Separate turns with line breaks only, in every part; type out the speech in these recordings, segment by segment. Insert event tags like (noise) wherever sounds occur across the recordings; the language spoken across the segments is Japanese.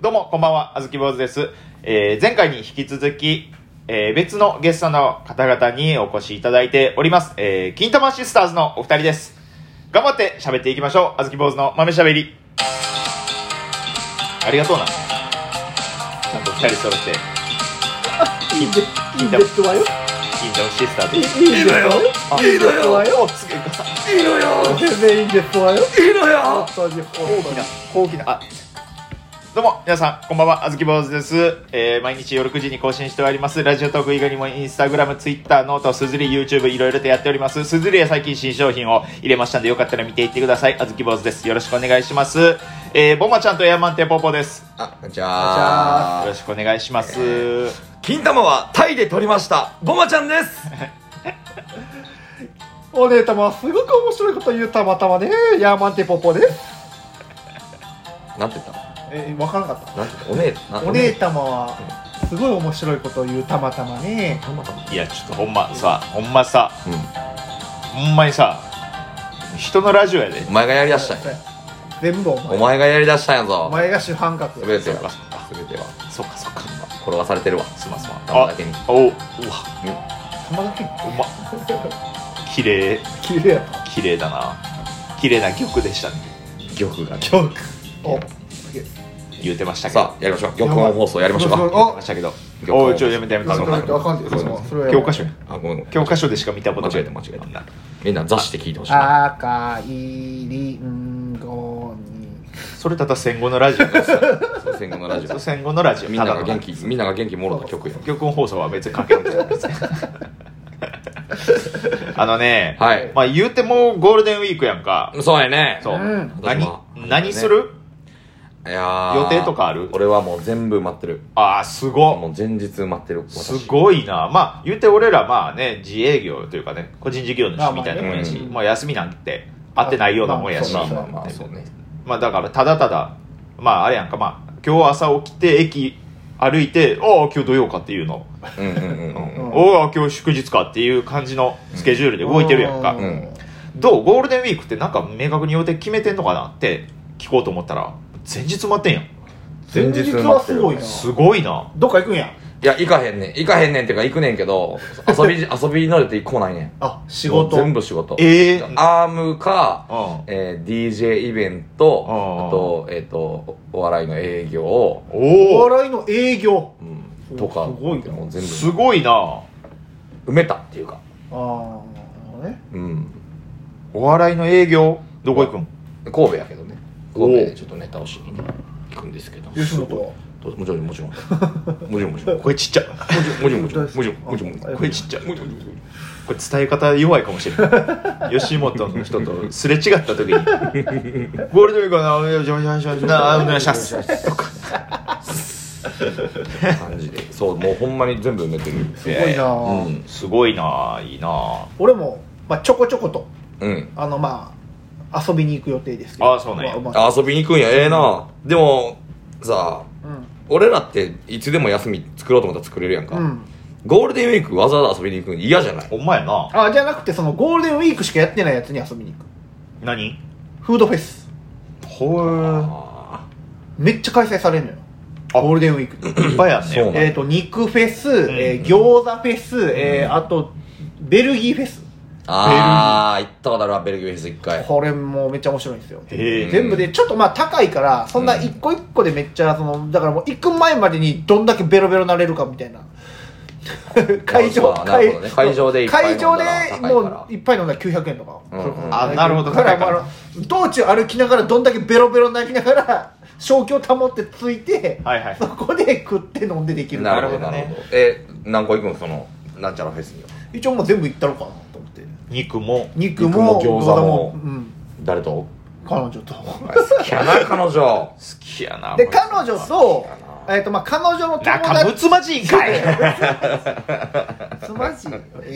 どうも、こんばんは、あずき坊主です。えー、前回に引き続き、えー、別のゲストの方々にお越しいただいております。えー、金玉シスターズのお二人です。頑張って喋っていきましょう。あずき坊主の豆喋り。ありがとうな。ちゃんと二人揃って、
いいんでいいんですわよ
金玉シスターズ。
いいのよ
あ
いいのよ
おすげえ
いいのよ全然いいんですわよいいのよ本当に
大
大
きな、大きな、あ、どうも、皆さん、こんばんは、あずき坊主です。えー毎日夜9時に更新しております。ラジオトーク以外にも、インスタグラム、ツイッター、ノート、すずり、YouTube、いろいろとやっております。すずりは最近新商品を入れましたんで、よかったら見ていってください。あずき坊主です。よろしくお願いします。えー、ボマちゃんとエアマンテポポです。
あ、こんにち
よ
は
ろ。しくお願いします。
金玉はタイで取りました。ボマちゃんです。
お姉様はすごく面白いこと言うたまたまねヤーマンテポポです
なんて言った
えー、わからなかっ
の？なんて言った？お姉、な
たお姉。様はすごい面白いこと言うたまたまね
たまたま。
いや、ちょっとほんまさ、ほんまさ、
うん。
ほんまにさ、人のラジオやで。
お前がやりだしたんや。
全部お
お
前
前がやりだしたんや
お
ぞ。
前が主犯格
すべて
そうか
は
そうか。
すべては
そっかそっか。
転がされてるわ。
すまんすまん。
玉だけに。
おう、うわ。
玉だけ
ほんま綺麗
綺麗やった
綺麗だな綺麗な曲でしたね
玉がね。
教育お
言うてましたけど
さあやりましょう。玉音放送やりましょう
やばい
か。
言うてましたけど
玉
お
音
いちょやめてやめて
それ
う
は
な
あ
ん
教
だ
かんないそれはそれは
科書や
あ、ごめんごめん。
教科書でしか見たことない
間違えた間違えたみんな雑誌で聞いてほしいな。
赤いりんごに
それただ戦後のラジオです
そう戦後のラジオ。
戦後のラジオ
みんな
ただ
が
の
元気、みんなが元気もろた曲や。
曲音放送は別に関係ない
(laughs)
ですあのね、
はい。
まあ言うてもうゴールデンウィークやんか
そうやね。
そう、
うん
何
私も
何する、
いやー
予定とかある
俺はもう全部埋まってる。
ああすごっ
もう前日埋まってる。
す
い。
ごいなまあ言うて俺らまあね自営業というかね個人事業主みたいなもんやし、
まあまあ
ま
ね
あ休みなんて合ってないようなもんやし、ま
まあ
あ
まあまあ、そうね。
だからただただまああれやんかまあ今日朝起きて駅歩いて「ああ今日土曜か」っていうの「
うんうんう
お
ん
あ今日祝日か」っていう感じのスケジュールで動いてるやんか、
う
うん。
どうゴールデンウィークってなんか明確に予定決めてんのかなって聞こうと思ったら前日埋まってんやん
前
前
日
日
埋ま
は
って
す
る
ごいな
すごいな
どっか行くんや
いや、行かへんねん。行かへんねんっていうか、行くねんけど、
(laughs)
遊び、遊び慣れてこないねん。
あ仕事
全部仕事。
えー
アームか、
うん
えー、DJ イベント、
あー
あと、えっ、と、お笑いの営業、
お
おお
笑いの営業
うん、とか、
すごいな
もう全部
すごいな
埋めたっていうか、
ああね
うん。
お笑いの営業どこ行くん
神戸やけどね。神戸でちょっとネタをしにね行くんですけど。
吉本は
どうぞもちろん、もちろん。もちろん、もちろん。
これちっちゃ
もちろん、もちろん、もちろん、もちろん、もちろん。
これちっちゃこれ伝え方弱いかもしれない吉本の人とすれ違った時に「ゴールデンウィークはなお願いしますなお願いします」とか
感じでそうもうほんまに全部埋めてる
すごいな、
うん
すごいないいな
俺も、まあ、ちょこちょこと
うん
あのまあ遊びに行く予定ですけど
あそうなんや
まあまあ
あ遊びに行くんやええなでもさ
うん
俺らっていつでも休み作ろうと思ったら作れるやんか、
うん
ゴールデンウィークわざわざ遊びに行くん嫌じゃない
ほんまやな
あじゃなくてそのゴールデンウィークしかやってないやつに遊びに行く
何
フードフェス
ほー
あ
めっちゃ開催されるのよ
あ
ゴールデンウィー
(clears throat)
ク
いっぱいやん
そうなん
ね
や
えっと肉フェス、えー
うん
餃子フェス、えーあとベルギーフェス
あー行ったことあるわベルギーフェス一回
これもめっちゃ面白いんですよ
へえ
全部でちょっとまあ高いからそんな一個一個でめっちゃそのだからもう行く前までにどんだけベロベロなれるかみた
(laughs)
いな会場
そうなるほどね会場でいっぱい飲
会
んだ
場
ら
でもう
高いから
いっぱい飲んだら900円とか、
うんうん
それこそ
あなるほど
だから
高いから
まああの道中歩きながらどんだけベロベロになりながら正気を保ってついて、
はいはい
そこで食って飲んでできる
なるほど
な
な
る
る
ほ
ほ
ど
どえ何個行くんそのなんちゃらフェスには
一応もう全部行ったろかなと思って
肉も
肉
肉も
も
餃子も
うん、
誰と
彼女と
お前好きやな彼女
好きやな
で
こいつ
彼女と
好きやな
えっ、とまあ彼女の友
仲
達
むつまじいんかい
つまじい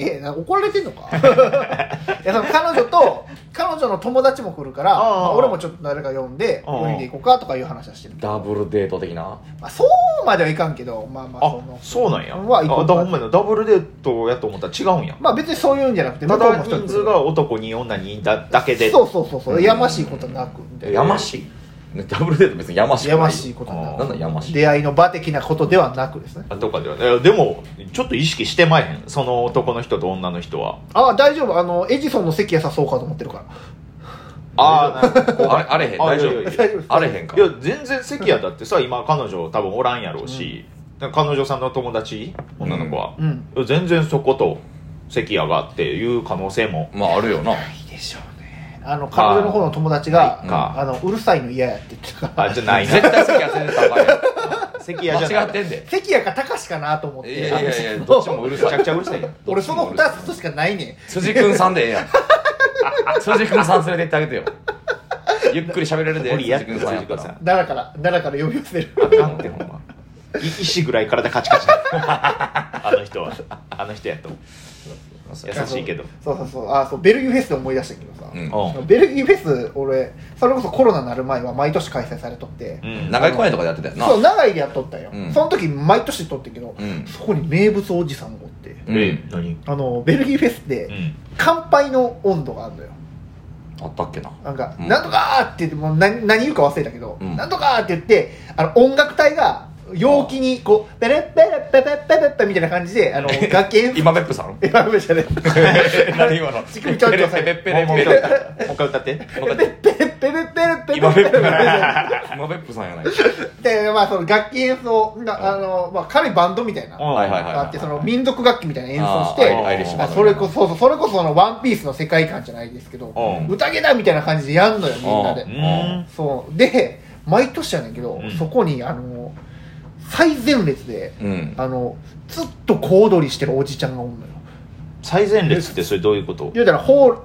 えー、なんか怒られてんのか (laughs) いやその彼女と彼女の友達も来るから
ああ
まあ俺もちょっと誰か呼んで
ああ
4人で行こうかとかいう話はしてる、
ダブルデート的な
まあ、そうまではいかんけどまあまあ
あ
その
そうなんや
は
あ
い
だ
こう
ほんまやなダブルデートやと思ったら違うんや
まあ別にそういうんじゃなくて
た
向こうも
だ
一人来る
人数が男に女にいただけで
そうそうそうそうやましいことなくみたいな
やましいダブルデート別にやましくない
やましいことにな
あ
る
ー
なんだやましい
出会いの場的なことではなくですね
あとかではねいやでもちょっと意識してまえへんその男の人と女の人は
ああ大丈夫あのエジソンの席やさそうかと思ってるから
(laughs) あーなるほど
あれあれへん大丈
あいやいやい
夫
や
大丈夫
あれへんか
いや全然関谷だってさ今彼女多分おらんやろうし、彼女さんの友達女の子は、
うん
全然そこと関谷がっていう可能性も
まああるよな
ないでしょうねあの彼女の方の友達が
あー
か
あのうるさいの嫌やって言ってたから
あじゃない
絶
ね
対席は全然高い
関谷じゃ
やん
ない
間違ってんで
関谷か高しかなと思っ
い
て
やいやいやどっちもうる
め
さ
ち
い
ゃくちゃうるさいやん
俺その2つしかないね
辻君さんでええやん辻君さん連れてってあげてよゆっくり喋れるで
無理や
辻君さんやっ
辻
た
君さん
ら
奈良から奈良から呼び寄せる
あかんってほんまい石ぐらい体カチカチだ (laughs) あの人はあの人やと思う優しいけど
そうそうそうあそうベルギーフェスで思い出したけどさ、
うん
う
ベルギーフェス俺それこそコロナなる前は毎年開催されとって、
ん、うん、
長い公園とかでやってたよな
そう長いでやっとったよ、
うん
その時毎年とってんけど、
うん
そこに名物おじさんがおって
うん
え何
あのベルギーフェスって、
うん
乾杯の温度があるのよ
あったっけな
なんか、
うん
なんとかーって言ってもう何何言うか忘れたけど、
うん
なんとかーって言ってあの音楽隊が陽気にこうペレッペレッペレッペレッペレみたいな感じであの楽器演奏
今ベップ
(laughs)
さん
今上じゃね
何今の
乳首ちょんちょんさ
ペレペレ
もう
ペレ
一
ペ
回
レ
歌ってもう一回歌って
ペレッペレッペレッペレッペレ
今
ッ
ベ
ペレ
ップ
ペ
さん
レ
やない今ベップさんやない
で、まあ、その楽器演奏が、あの、まあ、軽いバンドみたいな、
うん
はいはいはい
があって、その民族楽器みたいな演奏し
あ
て、
ーアイリ
アイリッシュ
ま
バ
あ
ンド
それこそ、そうそうそれこそそのワンピースの世界観じゃないですけど
う、ん
宴だみたいな感じでやんのよ、みんな
う
で。
ん
そう。で、毎年やねんけど、
うん
そこに、あの、最前列で、
うん
あの、ずっと小躍りしてるおじちゃんがおんのよ。
最前列ってそれどういうこと
言うたら、ホー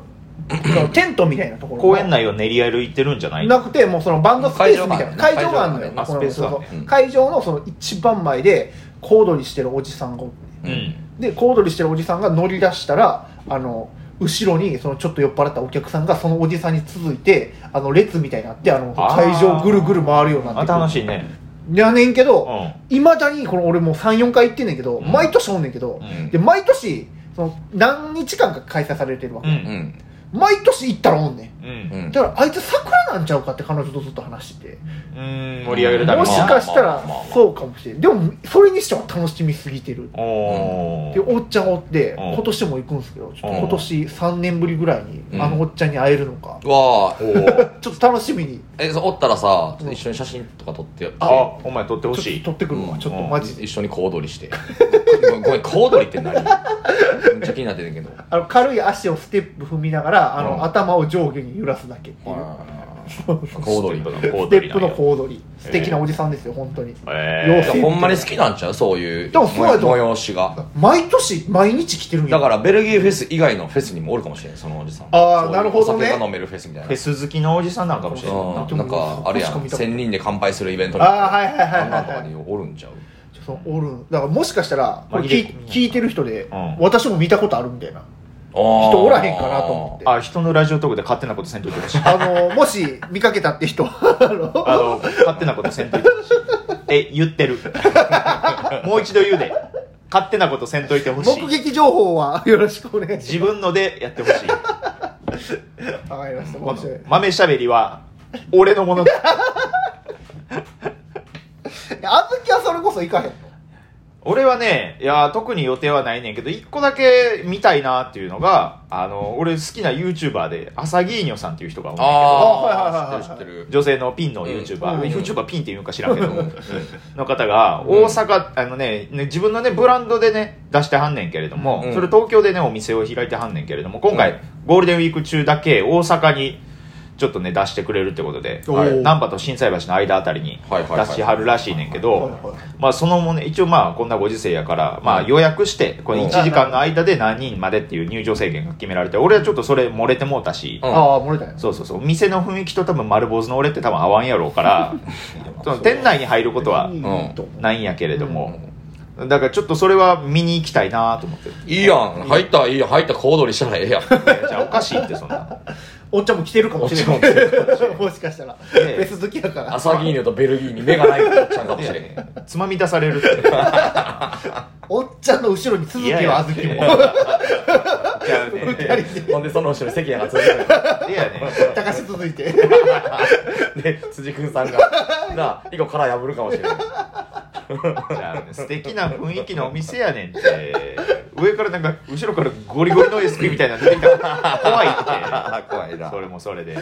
(clears throat)
ル、テントみたいなところが
公園内を練り歩いてるんじゃない
なくてもうそのバンドスペースみたいな会
会
場が
場
あ
があ
る
る
の
の
よ
ね
あ
この
スペースがある
そう
ね
そう
うん
会場のその一番前で小躍りしてるおじさんがおって
うん
で小躍りしてるおじさんが乗り出したらあの後ろにそのちょっと酔っ払ったお客さんがそのおじさんに続いてあの列みたいになってあの
あ
会
ー
場ぐるぐる回るようにな
あ
って
楽
い
しいね
やねんけ
う
ど
ん
いまだにこの俺もう34回行ってんねんけど
ん
毎年おんねんけど
うん
で毎年その何日間か開催されてるわ
う
け
うんん
毎年行ったらおんねん
う
うんん
だからあいつ桜なんちゃうかって彼女とずっと話してて
うん盛り上げるため
も
に
しかした
ま
ら
あまあまあまあ
そうかもしれんでもそれにしては楽しみすぎてる
おお
でおっちゃんがおって
うん
今年も行くんですけどちょっ
う
と
ん
今年3年ぶりぐらいに
うん
あのおっちゃんに会えるのか
うわあ
ちょっと楽しみに
えそうおったらさちょっと一緒に写真とか撮ってよ
あお前撮ってほし
ちょっと
い
撮ってくるわ
うん
ちょっとマジで
一緒に小躍りしてごめんごめん小躍りって何めっちゃ気になってる
(laughs)
けど
あの軽い足をステップ踏みながらあ
う
の
ん
頭を上下に揺らすだけっていう
小躍り
ス
ステッ
テッ
プ
プ
の
の
小踊り
えー
素敵なおじさんですよ本当に
え
要
え
素
ほんまに好きなんちゃうそういう
でもそうやと思う
催しが
毎年毎日来てるんや
だからベルギーフェス以外のフェスにもおるかもしれないそのおじさん
あー
そういう
なるほどね
お酒が飲めるフェスみたい
フェ
な
ス好きのおじさんなんかもしれんない
うんなんかあれやん千人で乾杯するイベントみたい
ああはいはいはいはい
な
は
んとか
い
におるんちゃう
ちょっとおるんだからもしかしたらこれ聞
紛
い
れ込みや
聞いてる人で
うん
私も見たことあるみたいな人
人
おらへんかなと思って
あ人のラジオトークで勝手なことせんといてほしい
あのもし見かけたって人はあの
あの勝手なことせんといてほしいえ言ってるもう一度言うで勝手なことせんといてほしい
目撃情報はよろしくお願いし
自分のでやってほしい
ますわかりました
こ
面
の
白い
豆しゃべりは俺のものだ
あずきはそれこそ行かへんの
俺はねいや特に予定はないねんけど一個だけ見たいなっていうのがあの俺好きな YouTuber で朝ギーニョさんっていう人がおるんだ
あー
あー知ってる知
け
って
ど
る
女性のピンの
うん
YouTuber、
うん
YouTuber ピンっていうんか知らんけ
う
ど
ん
の方が大阪、あのねね自分のねブランドでね出してはんねんけれども、
うん
それ東京でねお店を開いてはんねんけれども今
うん
回ゴールデンウィーク中だけ大阪にちょっとね出してくれるってことで
おー
難波と心斎橋の間あたりに
はいはいはい
出しはるらしいねんけ
はい
ど
はい
まあそのもね一応まあこんなご時世やからまあ予約してこれ
うん
1時間の間で何人までっていう入場制限が決められて俺はちょっとそれ漏れてもうたし
うん
ああ漏れたよ
そうそうそう店の雰囲気と多分丸坊主の俺って多分合わんやろうからその店内に入ることは
うん
ないんやけれども、だからちょっとそれは見に行きたいなと思ってる
いいやん入ったらいいやん入ったら小踊りしたらええやん
じゃあおかしいってそんな
おっちゃんも来てるかもしれ
おっちゃんも
ないもしかしたらフ
ええ
ェス好きやから
朝ギーニョとベルギーに目がないおっちゃんかもしれへ
(laughs)
ん
つまみ出されるって
おっちゃんの後ろに鈴木はあずき
いやい
も
ちゃうね
ほんでその後ろに関谷が辻君が
でやね
高瀬続いて
で辻君さんがなあ以後殻破るかもしれない
ちゃうね素敵な雰囲気のお店やねんって上からなんか後ろからゴリゴリの S q みたいなの出てきたら怖いっ
怖い
て
な
それもそれで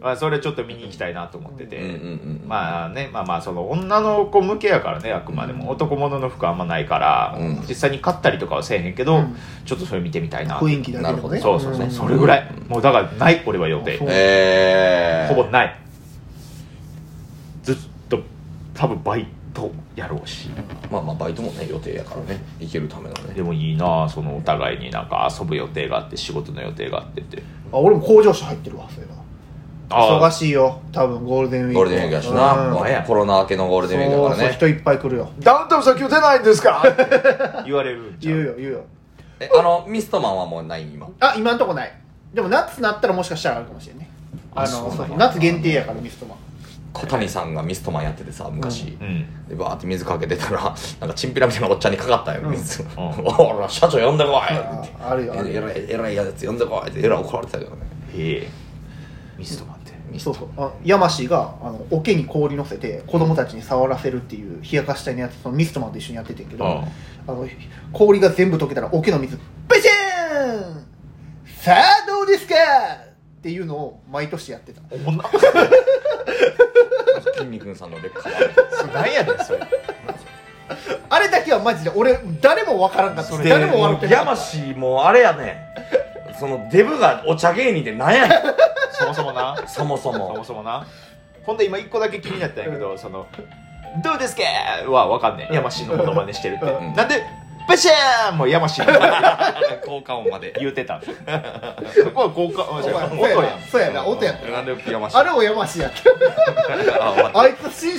まあそれちょっと見に行きたいなと思ってて、
うんうんうん
まあねまあまあその女の子向けやからねあくまでも、男物の服あんまないから、
うん
実際に買ったりとかはせえへんけど、
うん
ちょっとそれ見てみたいな
雰囲気だけ
な
で
る
も
ほど
ね
そうそうそう、
ん
それぐらいもうだからない俺は予定
あそう
え
ほ
ー
ぼないずっと多分バイトやろうし
まあまあバイトもね予定やからね行けるためのね
でもいいなあそのお互いになんか遊ぶ予定があって仕事の予定があってって
あ俺も工場所入ってるわそれは
あ
忙しいよ多分ゴールデンウィーク
ゴールデンウィークやし
うん
まあ
なコロナ明けのゴールデンウィークだ
そうそう
からね
人いっぱい来るよ
ダウンタウンさん今日出ないんですか言われるんちゃ
言う
う
よ言うよ
えあのミストマンはもうない今
あ今んとこないでも夏なったらもしかしたらあるかもしれんねあの
そうなんや
そう夏限定やからミストマン
小谷さんがミストマンやっててさ昔、
うん
でバーって水かけてたらなんかチンピラみたいなおっちゃんにかかったよ水、
うん
(laughs) おら社長呼んでこい
あ
って
あるよある
え
よ
らいえらいやつ呼んでこいってえらい怒られてたけどね
へえミストマンって
ミス
そ
ト
うそうあ山師があの桶に氷乗せて子供たちに触らせるっていう冷やかし隊のやつそのミストマンと一緒にやっててんけど
あ
あの氷が全部溶けたら桶の水ペシーンさあどうですかっていうのを毎年やってた
おもんな
筋肉さんの劣化は
それ何やねんそれ
あれだけはマジで俺誰もわからんかった
それ
誰も笑ってな
ヤ
かった
マシーもうあれやねそのデブがお茶芸人でなんやねん
そもそもな
そもそ
そも
も
そもなほんで今一個だけ気になったんやけどその「どうですか?」は分かんねえ山氏のモノマネしてるって、
うん
なんで「バシャーン!」も山氏の
効果音まで
言うてたん (laughs) そこは効果音
そうや
やん
そうやな音やった
なんで山
(laughs) あれを山師やって
あ終わった
あいつ紳